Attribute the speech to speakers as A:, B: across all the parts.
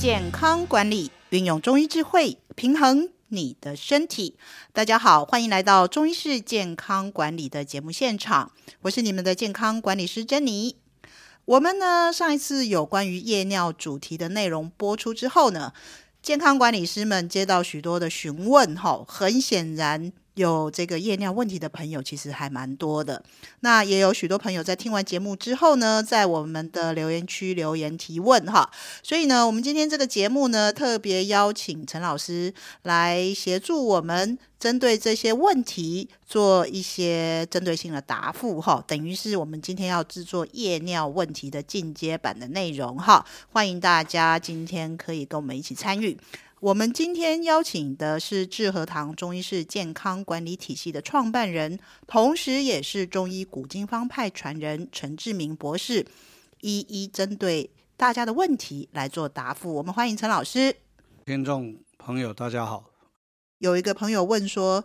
A: 健康管理，运用中医智慧，平衡你的身体。大家好，欢迎来到中医式健康管理的节目现场，我是你们的健康管理师珍妮。我们呢，上一次有关于夜尿主题的内容播出之后呢，健康管理师们接到许多的询问，哈，很显然有这个夜尿问题的朋友其实还蛮多的。那也有许多朋友在听完节目之后呢，在我们的留言区留言提问哈。所以呢，我们今天这个节目呢，特别邀请陈老师来协助我们针对这些问题做一些针对性的答复哈，等于是我们今天要制作夜尿问题的进阶版的内容哈。欢迎大家今天可以跟我们一起参与。我们今天邀请的是智和堂中医式健康管理体系的创办人，同时也是中医古今方派传人陈志明博士，一一针对大家的问题来做答复。我们欢迎陈老师。
B: 听众朋友，大家好。
A: 有一个朋友问说，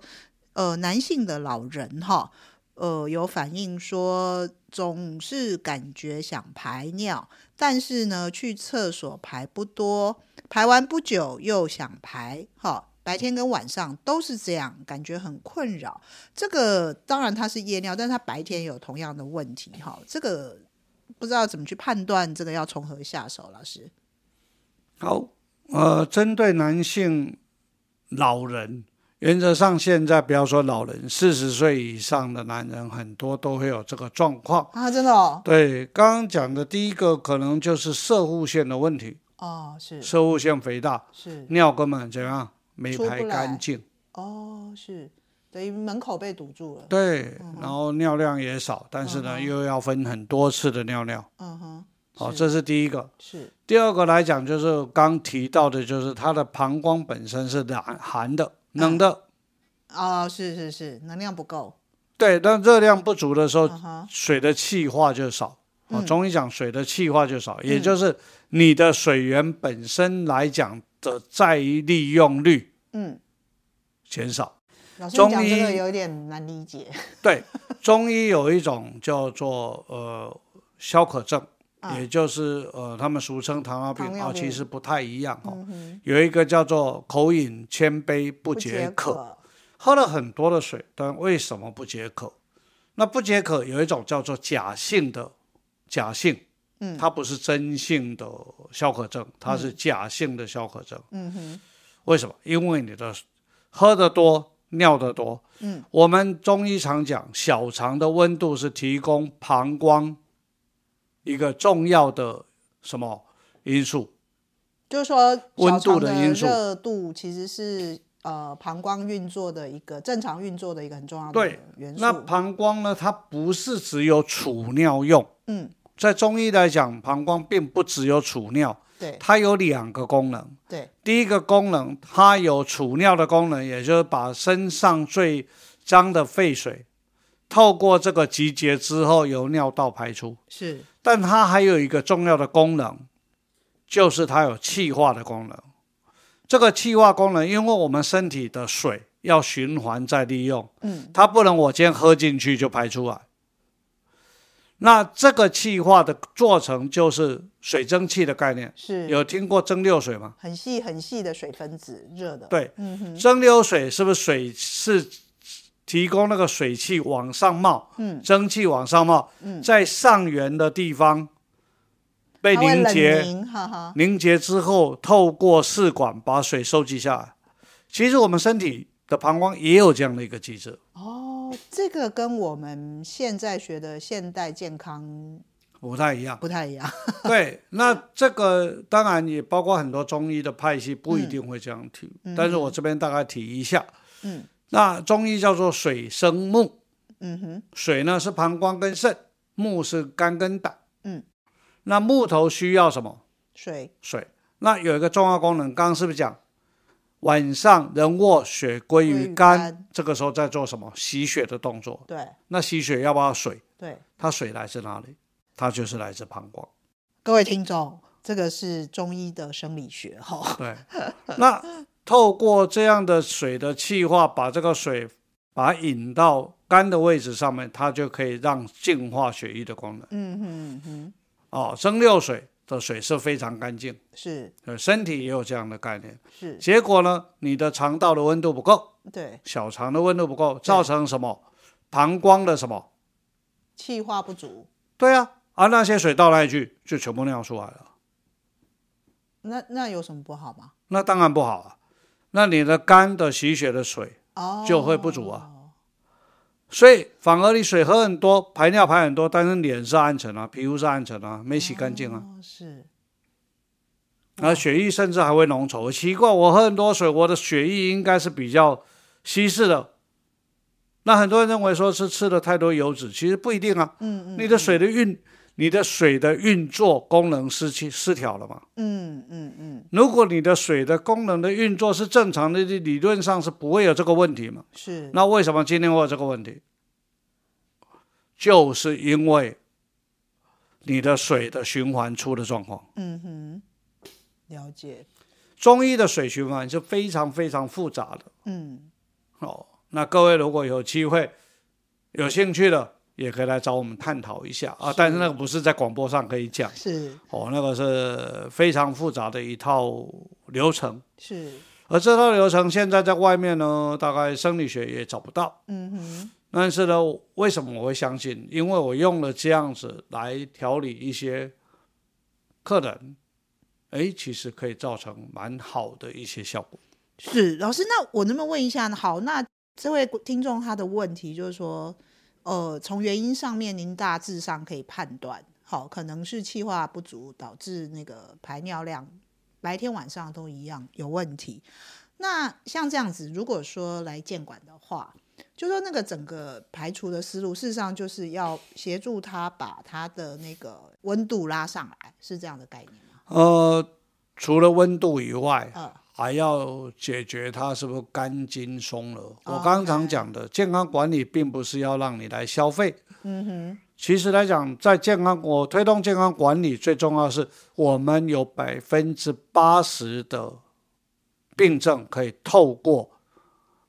A: 呃，男性的老人哈，呃，有反映说总是感觉想排尿，但是呢，去厕所排不多，排完不久又想排，哈，白天跟晚上都是这样，感觉很困扰。这个当然他是夜尿，但是他白天有同样的问题，哈，这个不知道怎么去判断，这个要从何下手，老师？
B: 好，呃，针对男性老人，原则上现在不要说老人，四十岁以上的男人很多都会有这个状况。
A: 啊，真的哦，
B: 对，刚刚讲的第一个可能就是射护腺的问题，
A: 哦，是
B: 射护腺肥大，
A: 是。
B: 尿根本怎样没
A: 出不
B: 排
A: 来
B: 干净，
A: 哦，是等于门口被堵住了。
B: 对，然后尿量也少，但是呢、又要分很多次的尿尿，
A: 嗯哼，
B: 好，这是第一个。
A: 是
B: 第二个来讲，就是刚提到的，就是它的膀胱本身是冷寒的、
A: 嗯
B: 冷的，
A: 哦，是是是，能量不够。
B: 对，但热量不足的时候，
A: 嗯哼，
B: 水的气化就少。
A: 嗯
B: 哦，中医讲水的气化就少，也就是你的水源本身来讲的在于利用率
A: 嗯，
B: 减少。
A: 老师你讲
B: 中
A: 这个
B: 医
A: 有一点难理解。
B: 对，中医有一种叫做呃消渴症，
A: 啊
B: 也就是呃他们俗称糖尿病
A: 糖
B: 啊、
A: 尿
B: 哦，其
A: 病
B: 实不太一样哦。
A: 嗯哼，
B: 有一个叫做口饮千杯不解渴，
A: 渴。
B: 喝了很多的水，但为什么不解渴？那不解渴有一种叫做假性的假性，
A: 嗯
B: 它不是真性的消渴症，它是假性的消渴症。
A: 嗯哼，
B: 为什么？因为你的喝的多，尿的多。
A: 嗯，
B: 我们中医常讲，小肠的温度是提供膀胱一个重要的什么因素？
A: 就是说
B: 温
A: 小肠
B: 度的
A: 的
B: 因素
A: 热度其实是呃膀胱运作的一个正常运作的一个很重要的
B: 对
A: 元素。
B: 那膀胱呢？它不是只有储尿用。
A: 嗯，
B: 在中医来讲，膀胱并不只有储尿，
A: 对
B: 它有两个功能。
A: 对，
B: 第一个功能，它有储尿的功能，也就是把身上最脏的废水透过这个集结之后由尿道排出。
A: 是
B: 但它还有一个重要的功能，就是它有气化的功能。这个气化功能，因为我们身体的水要循环再利用，
A: 嗯，
B: 它不能我今天喝进去就排出来。那这个气化的做成就是水蒸气的概念，
A: 是，
B: 有听过蒸馏水吗？
A: 很细很细的水分子，热的。
B: 对，
A: 嗯哼，
B: 蒸馏水是不是水是提供那个水汽往上冒，
A: 嗯，
B: 蒸汽往上冒，
A: 嗯
B: 在上缘的地方被
A: 它会
B: 凝
A: 冷
B: 结，
A: 凝哈哈，
B: 凝结之后，透过试管把水收集下来。其实我们身体的膀胱也有这样的一个机制，
A: 哦，这个跟我们现在学的现代健康
B: 不太一样。
A: 不太一样。
B: 对，那这个当然也包括很多中医的派系不一定会这样提，但是我这边大概提一下。
A: 嗯，
B: 那中医叫做水生木，
A: 嗯哼，
B: 水呢是膀胱跟肾，木是肝跟胆。
A: 嗯，
B: 那木头需要什么？
A: 水
B: 水。那有一个重要功能，刚刚是不是讲晚上人卧血归于肝？
A: 归于肝
B: 这个时候在做什么？洗血的动作。
A: 对
B: 那洗血要不要水？
A: 对，
B: 它水来自哪里？它就是来自膀胱。
A: 各位听众，这个是中医的生理学 哈。
B: 对，那透过这样的水的气化，把这个水把它引到肝的位置上面，它就可以让净化血液的功能。
A: 嗯哼嗯哼，
B: 哦，蒸馏水的水是非常干净，
A: 是
B: 呃，身体也有这样的概念。
A: 是，
B: 结果呢，你的肠道的温度不够，
A: 对，
B: 小肠的温度不够，造成什么？膀胱的什么？
A: 气化不足。
B: 对啊，啊，那些水到那里去，就全部尿出来了，
A: 那那有什么不好吗？
B: 那当然不好啊。那你的肝的洗血的水
A: 哦，
B: 就会不足啊。所以反而你水喝很多，排尿排很多，但是脸是暗沉啊，皮肤是暗沉啊，没洗干净啊，
A: 哦，是
B: 然后血液甚至还会浓稠。奇怪，我喝很多水，我的血液应该是比较稀释的。那很多人认为说是吃了太多油脂，其实不一定啊。
A: 嗯嗯
B: 你的水的运，你的水的运作功能失去失调了嘛？
A: 嗯嗯嗯，
B: 如果你的水的功能的运作是正常的，理论上是不会有这个问题嘛。
A: 是
B: 那为什么今天会有这个问题？就是因为你的水的循环出了状况。
A: 嗯哼，了解，
B: 中医的水循环是非常非常复杂的
A: 嗯，
B: 哦。那各位如果有机会、有兴趣的，也可以来找我们探讨一下啊。但是那个不是在广播上可以讲
A: 是
B: 哦，那个是非常复杂的一套流程。
A: 是，
B: 而这套流程现在在外面呢，大概生理学也找不到。
A: 嗯哼，
B: 但是呢，为什么我会相信？因为我用了这样子来调理一些客人，哎，其实可以造成蛮好的一些效果。
A: 是老师，那我能不能问一下呢？好，那这位听众他的问题就是说，呃，从原因上面，您大致上可以判断，好，可能是气化不足导致那个排尿量白天晚上都一样有问题。那像这样子，如果说来监管的话，就说那个整个排除的思路，事实上就是要协助他把他的那个温度拉上来，是这样的概念吗？
B: 呃，除了温度以外，
A: 嗯
B: 还要解决它是不是肝经松了。我刚常讲的，健康管理并不是要让你来消费。
A: 嗯哼，
B: 其实来讲，在健康，我推动健康管理最重要是，我们有百分之八十的病症可以透过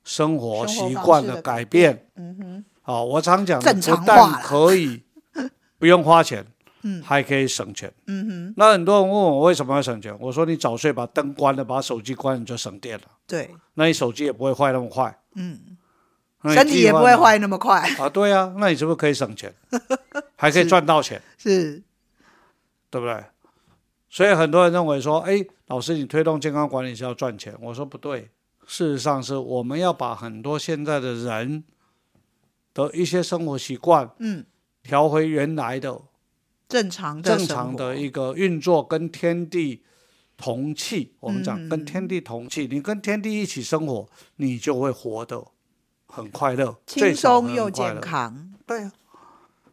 B: 生活习惯的改变。
A: 嗯哼，
B: 好、我常讲的，
A: 正常
B: 不
A: 化啦
B: 但可以 不用花钱，
A: 嗯
B: 还可以省钱。
A: 嗯哼。
B: 那很多人问我为什么要省钱，我说你早睡，把灯关了，把手机关了，你就省电了。
A: 对，
B: 那你手机也不会坏那么快，
A: 嗯，
B: 那你
A: 身体
B: 计
A: 也
B: 划
A: 不会
B: 呢
A: 坏那么快，
B: 啊。对啊，那你是不是可以 省钱，还可以赚到钱？
A: 是
B: 对不对？所以很多人认为说，哎，老师，你推动健康管理是要赚钱。我说不对，事实上是我们要把很多现在的人的一些生活习惯
A: 嗯，
B: 调回原来的
A: 正常的
B: 正常的
A: 生活
B: 一个运作，跟天地同气。我们讲
A: 嗯
B: 跟天地同气，你跟天地一起生活，你就会活得很快乐，
A: 轻
B: 最少
A: 松
B: 很
A: 又
B: 快
A: 健
B: 乐。
A: 康，
B: 对啊，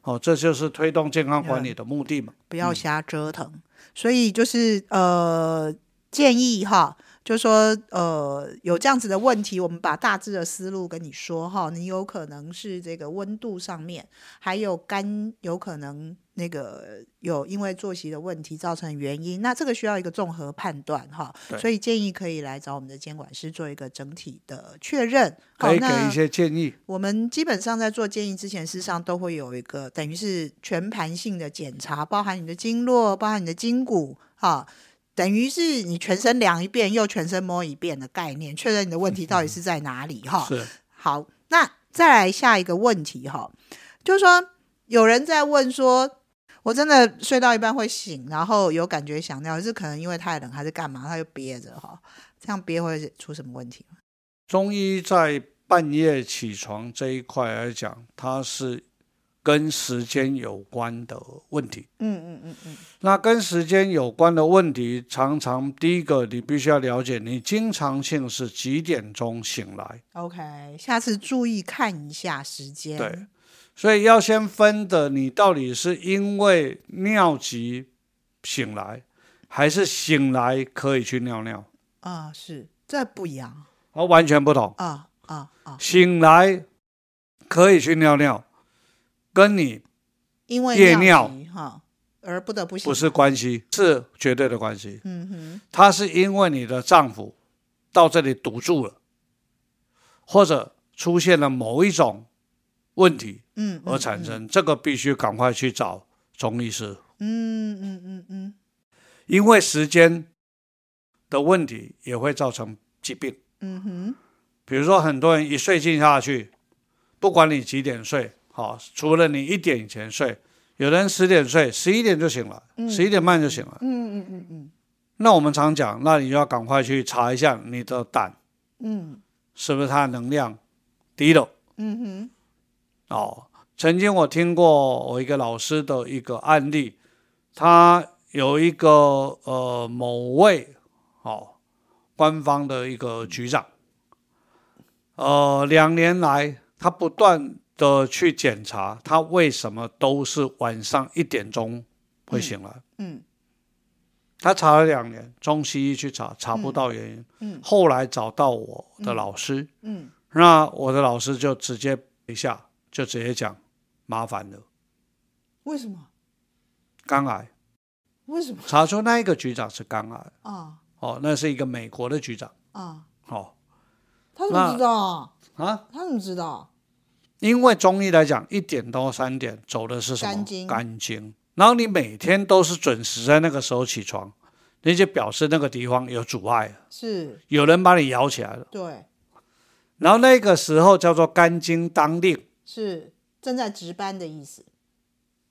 B: 哦，这就是推动健康管理的目的嘛。
A: 不要瞎折腾。所以就是呃，建议哈，就说呃，有这样子的问题，我们把大致的思路跟你说哈，你有可能是这个温度上面，还有肝有可能那个有因为作息的问题造成原因，那这个需要一个综合判断哈，
B: 对
A: 所以建议可以来找我们的监管师做一个整体的确认。好
B: 可以给
A: 那
B: 一些建议。
A: 我们基本上在做建议之前，事实上都会有一个等于是全盘性的检查，包含你的经络，包含你的筋骨，啊，等于是你全身量一遍，又全身摸一遍的概念，确认你的问题到底是在哪里，哈、
B: 是。
A: 好，那再来下一个问题哈，就是说有人在问说，我真的睡到一半会醒，然后有感觉想尿，是可能因为太冷还是干嘛，他就憋着哈，这样憋会出什么问题吗？
B: 中医在半夜起床这一块来讲，它是跟时间有关的问题。
A: 嗯嗯嗯嗯，
B: 那跟时间有关的问题，常常第一个你必须要了解，你经常性是几点钟醒来？
A: OK，下次注意看一下时间。
B: 对，所以要先分的，你到底是因为尿急醒来，还是醒来可以去尿尿？
A: 啊、是这不一样
B: 而完全不同。
A: 啊啊啊！
B: 醒来可以去尿尿，跟你
A: 因为
B: 夜
A: 急哈而不得不醒。
B: 不，是关系，是绝对的关系。
A: 嗯哼，
B: 她是因为你的丈夫到这里堵住了，或者出现了某一种问题
A: 嗯，
B: 而产生，这个必须赶快去找中医师。
A: 嗯嗯嗯嗯嗯，
B: 因为时间的问题也会造成疾病。
A: 嗯哼，
B: 比如说，很多人一睡进下去，不管你几点睡，好，除了你一点以前睡，有的人十点睡，十一点就醒了，十一点半就醒了。
A: 嗯嗯嗯嗯
B: 那我们常讲，那你就要赶快去查一下你的胆
A: 嗯
B: 是不是它能量低了
A: 嗯哼，
B: 哦。曾经我听过我一个老师的一个案例，他有一个呃某位哦官方的一个局长，呃两年来他不断的去检查，他为什么都是晚上一点钟会醒来？
A: 嗯
B: 他查了两年，中西医去查，查不到原因。
A: 嗯嗯
B: 后来找到我的老师，
A: 嗯
B: 那我的老师就直接一下就直接讲，麻烦了，
A: 为什么？
B: 肝癌
A: 为什么
B: 查出那一个局长是肝癌，
A: 啊
B: 哦，那是一个美国的局长，
A: 啊？
B: 哦
A: 他怎么知道啊？
B: 啊，
A: 他怎么知道？
B: 因为中医来讲，一点到三点走的是什么？
A: 肝经
B: 经然后你每天都是准时在那个时候起床，那就表示那个地方有阻碍了，
A: 是
B: 有人把你摇起来了。
A: 对，
B: 然后那个时候叫做肝经当令，
A: 是正在值班的意思。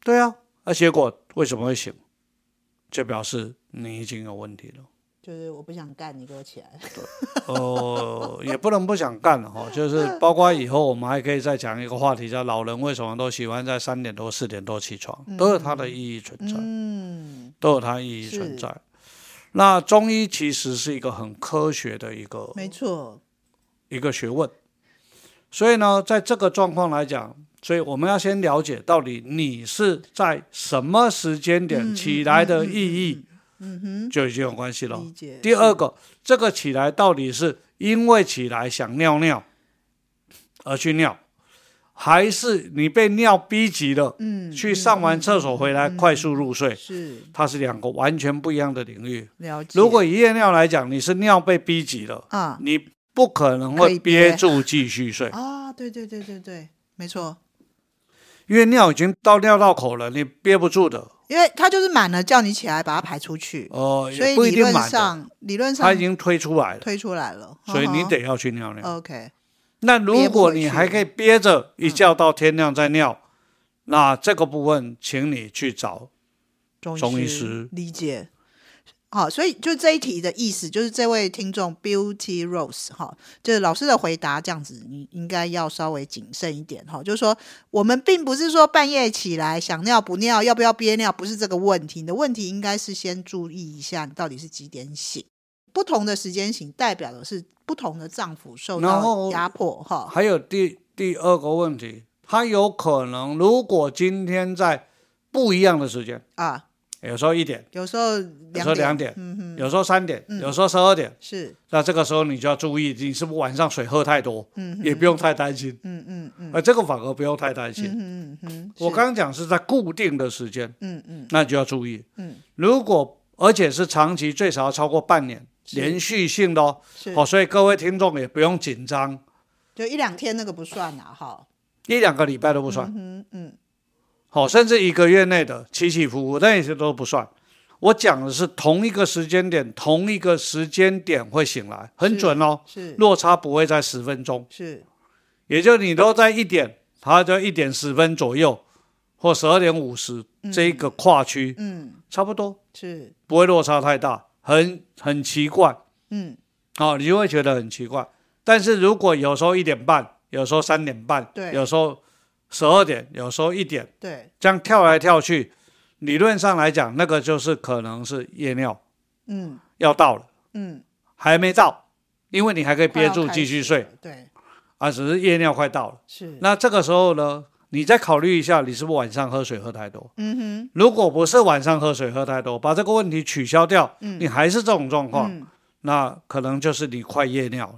B: 对啊，那结果为什么会醒？就表示你已经有问题了。
A: 就是我不想干，你给我起来。
B: 呃，也不能不想干了哈、 就是包括以后我们还可以再讲一个话题，叫老人为什么都喜欢在三点多、四点多起床，都有它的意义存在，
A: 嗯，
B: 都有它意义存
A: 是
B: 在。那中医其实是一个很科学的一个
A: 没错，
B: 一个学问，所以呢，在这个状况来讲，所以我们要先了解到底你是在什么时间
A: 嗯
B: 点起来的意义，嗯哼，就已经有关系了。
A: 理解。
B: 第二个，这个起来到底是因为起来想尿尿而去尿，还是你被尿逼急了，
A: 嗯，
B: 去上完厕所回来快速入睡？
A: 是
B: 它是两个完全不一样的领域。
A: 了解。
B: 如果以夜尿来讲，你是尿被逼急了，
A: 啊
B: 你不可能
A: 可
B: 会
A: 以憋
B: 憋住继续睡，
A: 啊，对对对对对，没错，
B: 因为尿已经到尿道口了，你憋不住的。
A: 因为他就是满了，叫你起来把它排出去，
B: 呃，
A: 所
B: 也
A: 以
B: 不一
A: 理
B: 定
A: 论
B: 满的，
A: 上理论上
B: 它已经推出来了，
A: 推出来了，
B: 所以你
A: 嗯哼
B: 得要去尿尿。
A: OK
B: 那如果
A: 憋不回
B: 你
A: 去嗯
B: 还可以憋着一觉到天亮再尿，那这个部分请你去找
A: 中
B: 中医师
A: 理解。好，所以就这一题的意思，就是这位听众 Beauty Rose 哈，就是老师的回答这样子，你应该要稍微谨慎一点哈。就是说，我们并不是说半夜起来想尿不尿，要不要憋尿，不是这个问题。你的问题应该是先注意一下，你到底是几点醒。不同的时间醒代表的是不同的脏腑受
B: 然
A: 到
B: 后
A: 压迫哈。
B: 还有第第二个问题，他有可能如果今天在不一样的时间，
A: 啊，
B: 有时候一点，
A: 有时候
B: 有
A: 两
B: 时候
A: 点，
B: 两点，
A: 嗯哼，
B: 有时候三点，有时候十二点，
A: 是，
B: 那这个时候你就要注意，你是不是晚上水喝太多，
A: 嗯哼
B: 也不用太担心，
A: 嗯嗯嗯
B: 呃，这个反而不用太担心。
A: 嗯嗯嗯，
B: 我
A: 是
B: 刚刚讲是在固定的时间，
A: 嗯嗯
B: 那就要注意。
A: 嗯，
B: 如果而且是长期，最少要超过半年，
A: 是
B: 连续性的哦。
A: 是，
B: 哦，所以各位听众也不用紧张，
A: 就一两天那个不算啦，哈，
B: 一两个礼拜都不算，
A: 嗯嗯
B: 好、甚至一个月内的起起伏伏那些都不算。我讲的是同一个时间点，同一个时间点会醒来，很准哦，
A: 是
B: 落差不会在十分钟，
A: 是
B: 也就你都在一点，它就一点十分左右，或十二点五十这一个跨区，
A: 嗯
B: 差不多
A: 是
B: 不会落差太大，很很奇怪。
A: 嗯
B: 哦，你就会觉得很奇怪。但是如果有时候一点半，有时候三点半，
A: 对
B: 有时候十二点，有时候一点，
A: 对
B: 这样跳来跳去，理论上来讲，那个就是可能是夜尿
A: 嗯
B: 要到了，
A: 嗯
B: 还没到，因为你还可以
A: 快
B: 憋
A: 要
B: 住
A: 开
B: 继续
A: 始
B: 睡
A: 了对
B: 啊，只是夜尿快到了。
A: 是
B: 那这个时候呢，你再考虑一下，你是不是晚上喝水喝太多？
A: 嗯
B: 如果不是晚上喝水喝太多，把这个问题取消掉，
A: 嗯
B: 你还是这种状
A: 哼
B: 况，
A: 嗯
B: 那可能就是你快夜尿了。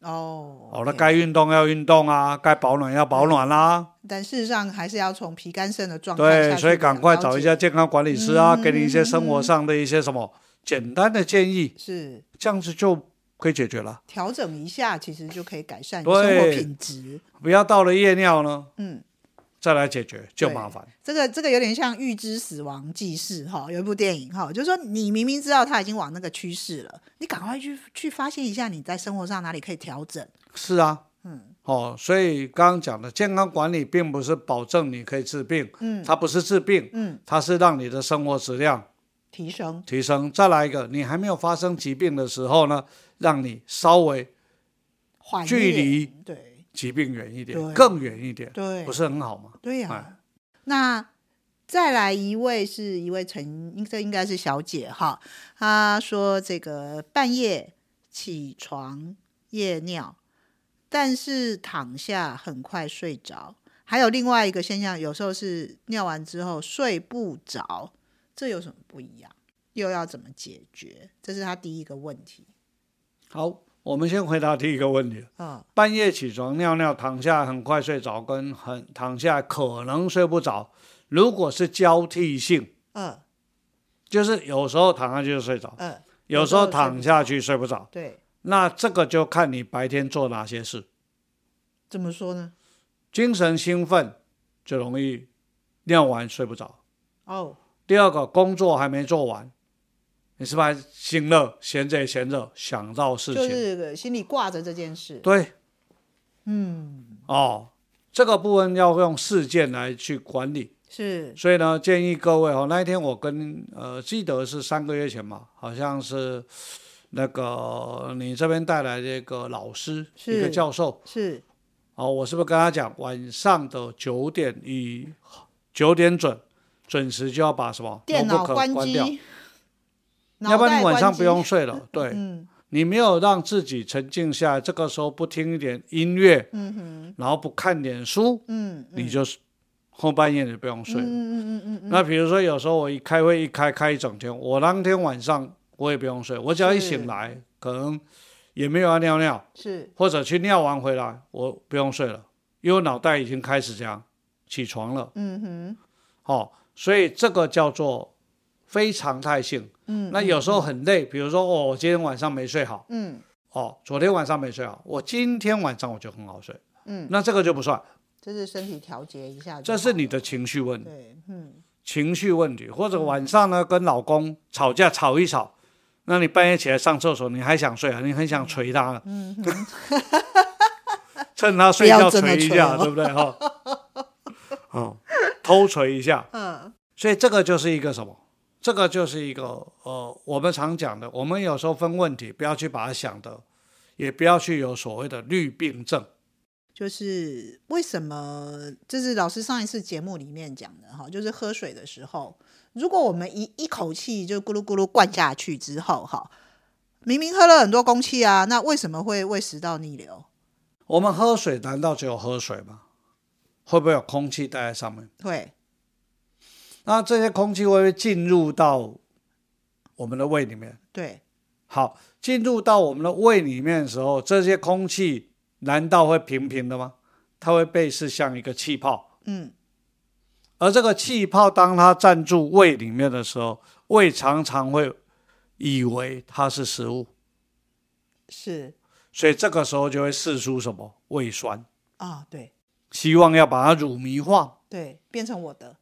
A: 哦
B: 好了，
A: ，OK
B: 该运动要运动啊，该保暖要保暖啦、
A: 但事实上还是要从皮干肾的状态嗯下
B: 对，
A: 去
B: 所以
A: 比
B: 赶
A: 较
B: 快
A: 了
B: 找一
A: 解
B: 下健康管理师啊，
A: 嗯
B: 给你一些生活上的一些什么简单的建议，
A: 是
B: 这样子就可以解决了。
A: 调整一下，其实就可以改善你生
B: 对
A: 活品质，
B: 不要到了夜尿呢，
A: 嗯
B: 再来解决就麻烦。
A: 这个这个有点像预知死亡记事哈、有一部电影哈、就是说你明明知道它已经往那个趋势了，你赶快去去发现一下你在生活上哪里可以调整。
B: 是啊，嗯，哦，所以刚刚讲的健康管理并不是保证你可以治病，嗯，它不是治病，
A: 嗯，
B: 它是让你的生活质量
A: 提升，
B: 提升。再来一个，你还没有发生疾病的时候呢，让你稍微
A: 缓
B: 距
A: 一点
B: 离
A: 对
B: 疾病远一点
A: 对，
B: 更远一点，
A: 对
B: 不是很好吗？
A: 对呀、
B: 哎
A: 那再来一位是一位陈，应这应该是小姐哈，她说这个半夜起床夜尿，但是躺下很快睡着。还有另外一个现象，有时候是尿完之后睡不着，这有什么不一样？又要怎么解决？这是她第一个问题。
B: 好，我们先回答第一个问题：
A: 嗯，
B: 半夜起床尿尿，躺下很快睡着，跟很躺下可能睡不着，如果是交替性，
A: 嗯
B: 就是有时候躺下去就睡着，
A: 嗯，
B: 有时候躺下去睡不着。
A: 对，
B: 那这个就看你白天做哪些事，
A: 怎么说呢？
B: 精神兴奋就容易尿完睡不着。
A: 哦，
B: 第二个，工作还没做完，你是不是还心热、闲着也闲着，想到事情？
A: 就是心里挂着这件事。
B: 对，
A: 嗯，
B: 哦，这个部分要用事件来去管理。
A: 是，
B: 所以呢，建议各位哦，那一天我跟呃，记得是三个月前嘛，好像是那个你这边带来的一个老师，
A: 是
B: 一个教授，
A: 是
B: 哦，我是不是跟他讲晚上的九点以九点准准时就要把什么
A: 电脑
B: notebook
A: 关
B: 关
A: 机，
B: 掉，
A: 脑
B: 要不然
A: 袋
B: 你晚上
A: 关
B: 不
A: 机
B: 用睡了。对，
A: 嗯
B: 你没有让自己沉静下来，这个时候不听一点音乐，
A: 嗯哼
B: 然后不看点书，
A: 嗯嗯
B: 你就是后半夜你不用睡了。
A: 嗯嗯嗯嗯嗯，
B: 那比如说有时候我一开会一开开一整天，我当天晚上我也不用睡，我只要一
A: 是
B: 醒来，可能也没有要尿尿，
A: 是
B: 或者去尿完回来，我不用睡了，因为我脑袋已经开始这样起床了，
A: 嗯哼
B: 哦，所以这个叫做非常态性。
A: 嗯，
B: 那有时候很累，比如说哦，我今天晚上没睡好，
A: 嗯
B: 哦，昨天晚上没睡好，我今天晚上我就很好睡，
A: 嗯，
B: 那这个就不算，
A: 这是身体调节一下就好了，
B: 这是你的情绪问题，
A: 对嗯
B: 情绪问题，或者晚上呢跟老公吵架吵一吵，那你半夜起来上厕所，你还想睡啊？你很想捶他了，
A: 嗯
B: 趁他睡觉捶 一
A: 不要真的
B: 下，
A: 捶哦
B: 对不对哈？哦，偷捶一下，
A: 嗯
B: 所以这个就是一个什么？这个就是一个呃，我们常讲的，我们有时候分问题，不要去把它想的，也不要去有所谓的绿病症。
A: 就是为什么？这是老师上一次节目里面讲的哈，就是喝水的时候，如果我们一一口气就咕噜咕噜灌下去之后哈，明明喝了很多空气啊，那为什么会胃食道逆流？
B: 我们喝水难道只有喝水吗？会不会有空气带在上面？
A: 会
B: 那这些空气会不会进入到我们的胃里面？
A: 对
B: 好，进入到我们的胃里面的时候，这些空气难道会平平的吗？它会被是像一个气泡，
A: 嗯
B: 而这个气泡当它站住胃里面的时候，胃常常会以为它是食物，
A: 是
B: 所以这个时候就会释出什么胃酸，
A: 啊对
B: 希望要把它乳糜化，
A: 对，变成我的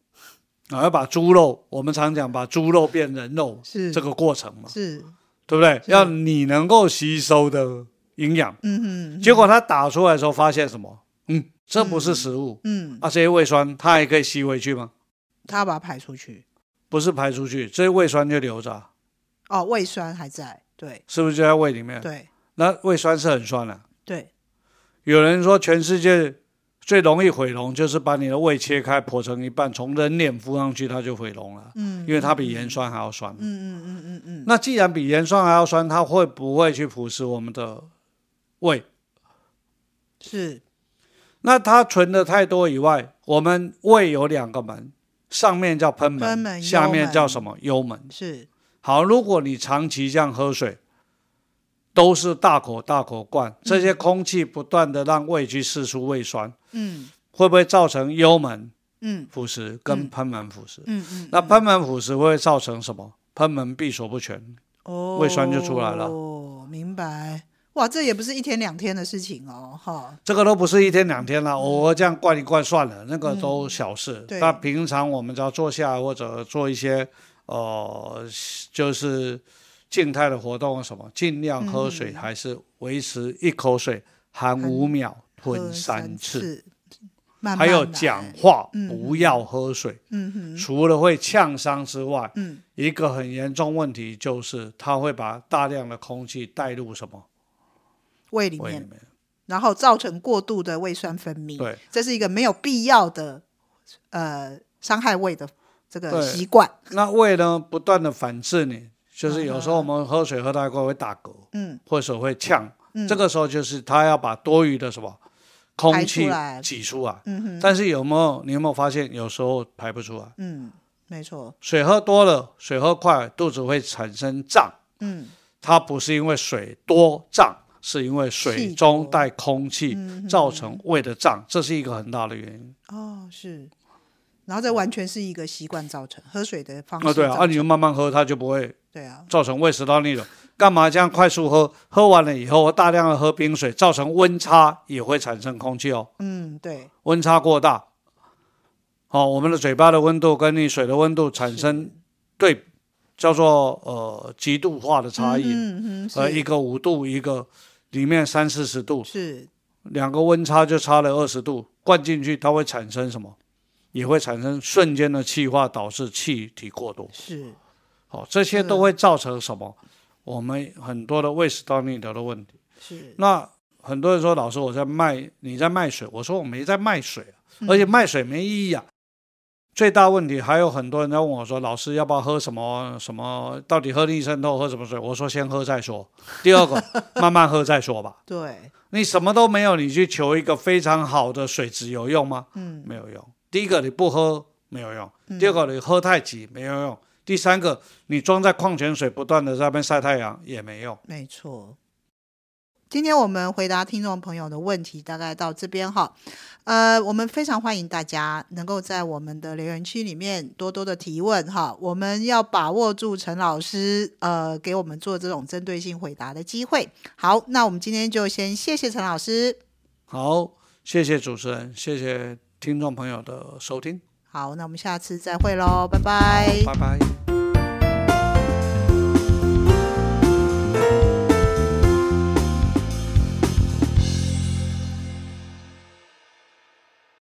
B: 然后把猪肉，我们常讲把猪肉变人肉，
A: 是
B: 这个过程嘛，
A: 是
B: 对不对？要你能够吸收的营养。
A: 嗯
B: 结果他打出来的时候发现什么？嗯，这不是食物、
A: 嗯，
B: 啊，这些胃酸它还可以吸回去吗？
A: 他把它排出去，
B: 不是排出去，这些胃酸就留着啊，
A: 哦，胃酸还在，对
B: 是不是就在胃里面？
A: 对
B: 那胃酸是很酸的、
A: 对，
B: 有人说全世界最容易毁容就是把你的胃切开，剖成一半，从人脸敷上去，它就毁容了，
A: 嗯
B: 因为它比盐酸还要酸。
A: 嗯嗯嗯嗯嗯，
B: 那既然比盐酸还要酸，它会不会去腐蚀我们的胃？
A: 是
B: 那它存的太多以外，我们胃有两个门，上面叫喷门，
A: 喷门
B: 下
A: 幽
B: 面
A: 门
B: 叫什么幽门。
A: 是，
B: 好，如果你长期这样喝水，都是大口大口灌，这些空气不断的让胃去释出胃酸，
A: 嗯
B: 会不会造成幽门
A: 嗯
B: 腐蚀跟喷门腐蚀？
A: 嗯嗯，
B: 那喷门腐蚀会造成什么？喷门闭锁不全，
A: 哦，
B: 胃酸就出来了
A: 哦，明白。哇，这也不是一天两天的事情哦，哈，
B: 这个都不是一天两天了，偶尔这样灌一灌算了，那个都小事。
A: 嗯对
B: 但平常我们只要坐下来或者做一些呃，就是静态的活动啊什么，尽量喝水
A: 嗯
B: 还是维持一口水含五秒
A: 喝
B: 吞
A: 三
B: 次，
A: 次，慢慢
B: 还有
A: 来
B: 讲，话
A: 嗯
B: 不要喝水，
A: 嗯哼，
B: 除了会呛伤之外，
A: 嗯，
B: 一个很严重问题就是它会把大量的空气带入什么
A: 胃里
B: 胃里
A: 面，
B: 面，
A: 然后造成过度的胃酸分泌，
B: 对，
A: 这是一个没有必要的呃伤害胃的这个
B: 对
A: 习惯，
B: 那胃呢不断的反制你，就是有时候我们喝水喝太过会打嗝，
A: 嗯
B: 或者会呛，
A: 嗯，
B: 这个时候就是它要把多余的什么空
A: 排出
B: 气
A: 来
B: 挤出来。
A: 嗯哼，
B: 但是有没有你有没有发现，有时候排不出来，
A: 嗯，没错，
B: 水喝多了，水喝快，肚子会产生胀，
A: 嗯
B: 它不是因为水多胀，是因为
A: 气
B: 水
A: 多
B: 中带空气
A: 嗯哼，
B: 造成胃的胀，这是一个很大的原因。
A: 哦是，然后这完全是一个习惯造成喝水的方式
B: 啊，对啊，
A: 造
B: 啊，你就慢慢喝，它就不会
A: 对啊，
B: 造成胃食道逆流。干嘛这样快速喝？喝完了以后，大量的喝冰水，造成温差也会产生空气哦，
A: 嗯对，
B: 温差过大，哦，我们的嘴巴的温度跟你水的温度产生对，叫做呃极度化的差异，
A: 嗯嗯
B: 呃，
A: 哼，
B: 一
A: 是
B: 个五度，一个里面三四十度，
A: 是
B: 两个温差就差了二十度，灌进去它会产生什么？也会产生瞬间的气化，导致气体过多。
A: 是，
B: 好、这些都会造成什么？我们很多的胃食道逆流的问题。
A: 是，
B: 那很多人说，老师我在卖，你在卖水，我说我没在卖水啊、而且卖水没意义啊。最大问题还有很多人在问我说，老师要不要喝什么什么？到底喝逆渗透喝什么水？我说先喝再说。第二个，慢慢喝再说吧。
A: 对，
B: 你什么都没有，你去求一个非常好的水质有用吗？
A: 嗯
B: 没有用。第一个你不喝没有用，
A: 嗯
B: 第二个你喝太急没有用，第三个你装在矿泉水不断的在那边晒太阳也没用。
A: 没错。今天我们回答听众朋友的问题，大概到这边哈。呃，我们非常欢迎大家能够在我们的留言区里面多多的提问哈。我们要把握住陈老师呃给我们做这种针对性回答的机会。好，那我们今天就先谢谢陈老师。
B: 好，谢谢主持人，谢谢听众朋友的收听，
A: 好，那我们下次再会喽，拜拜
B: 拜拜。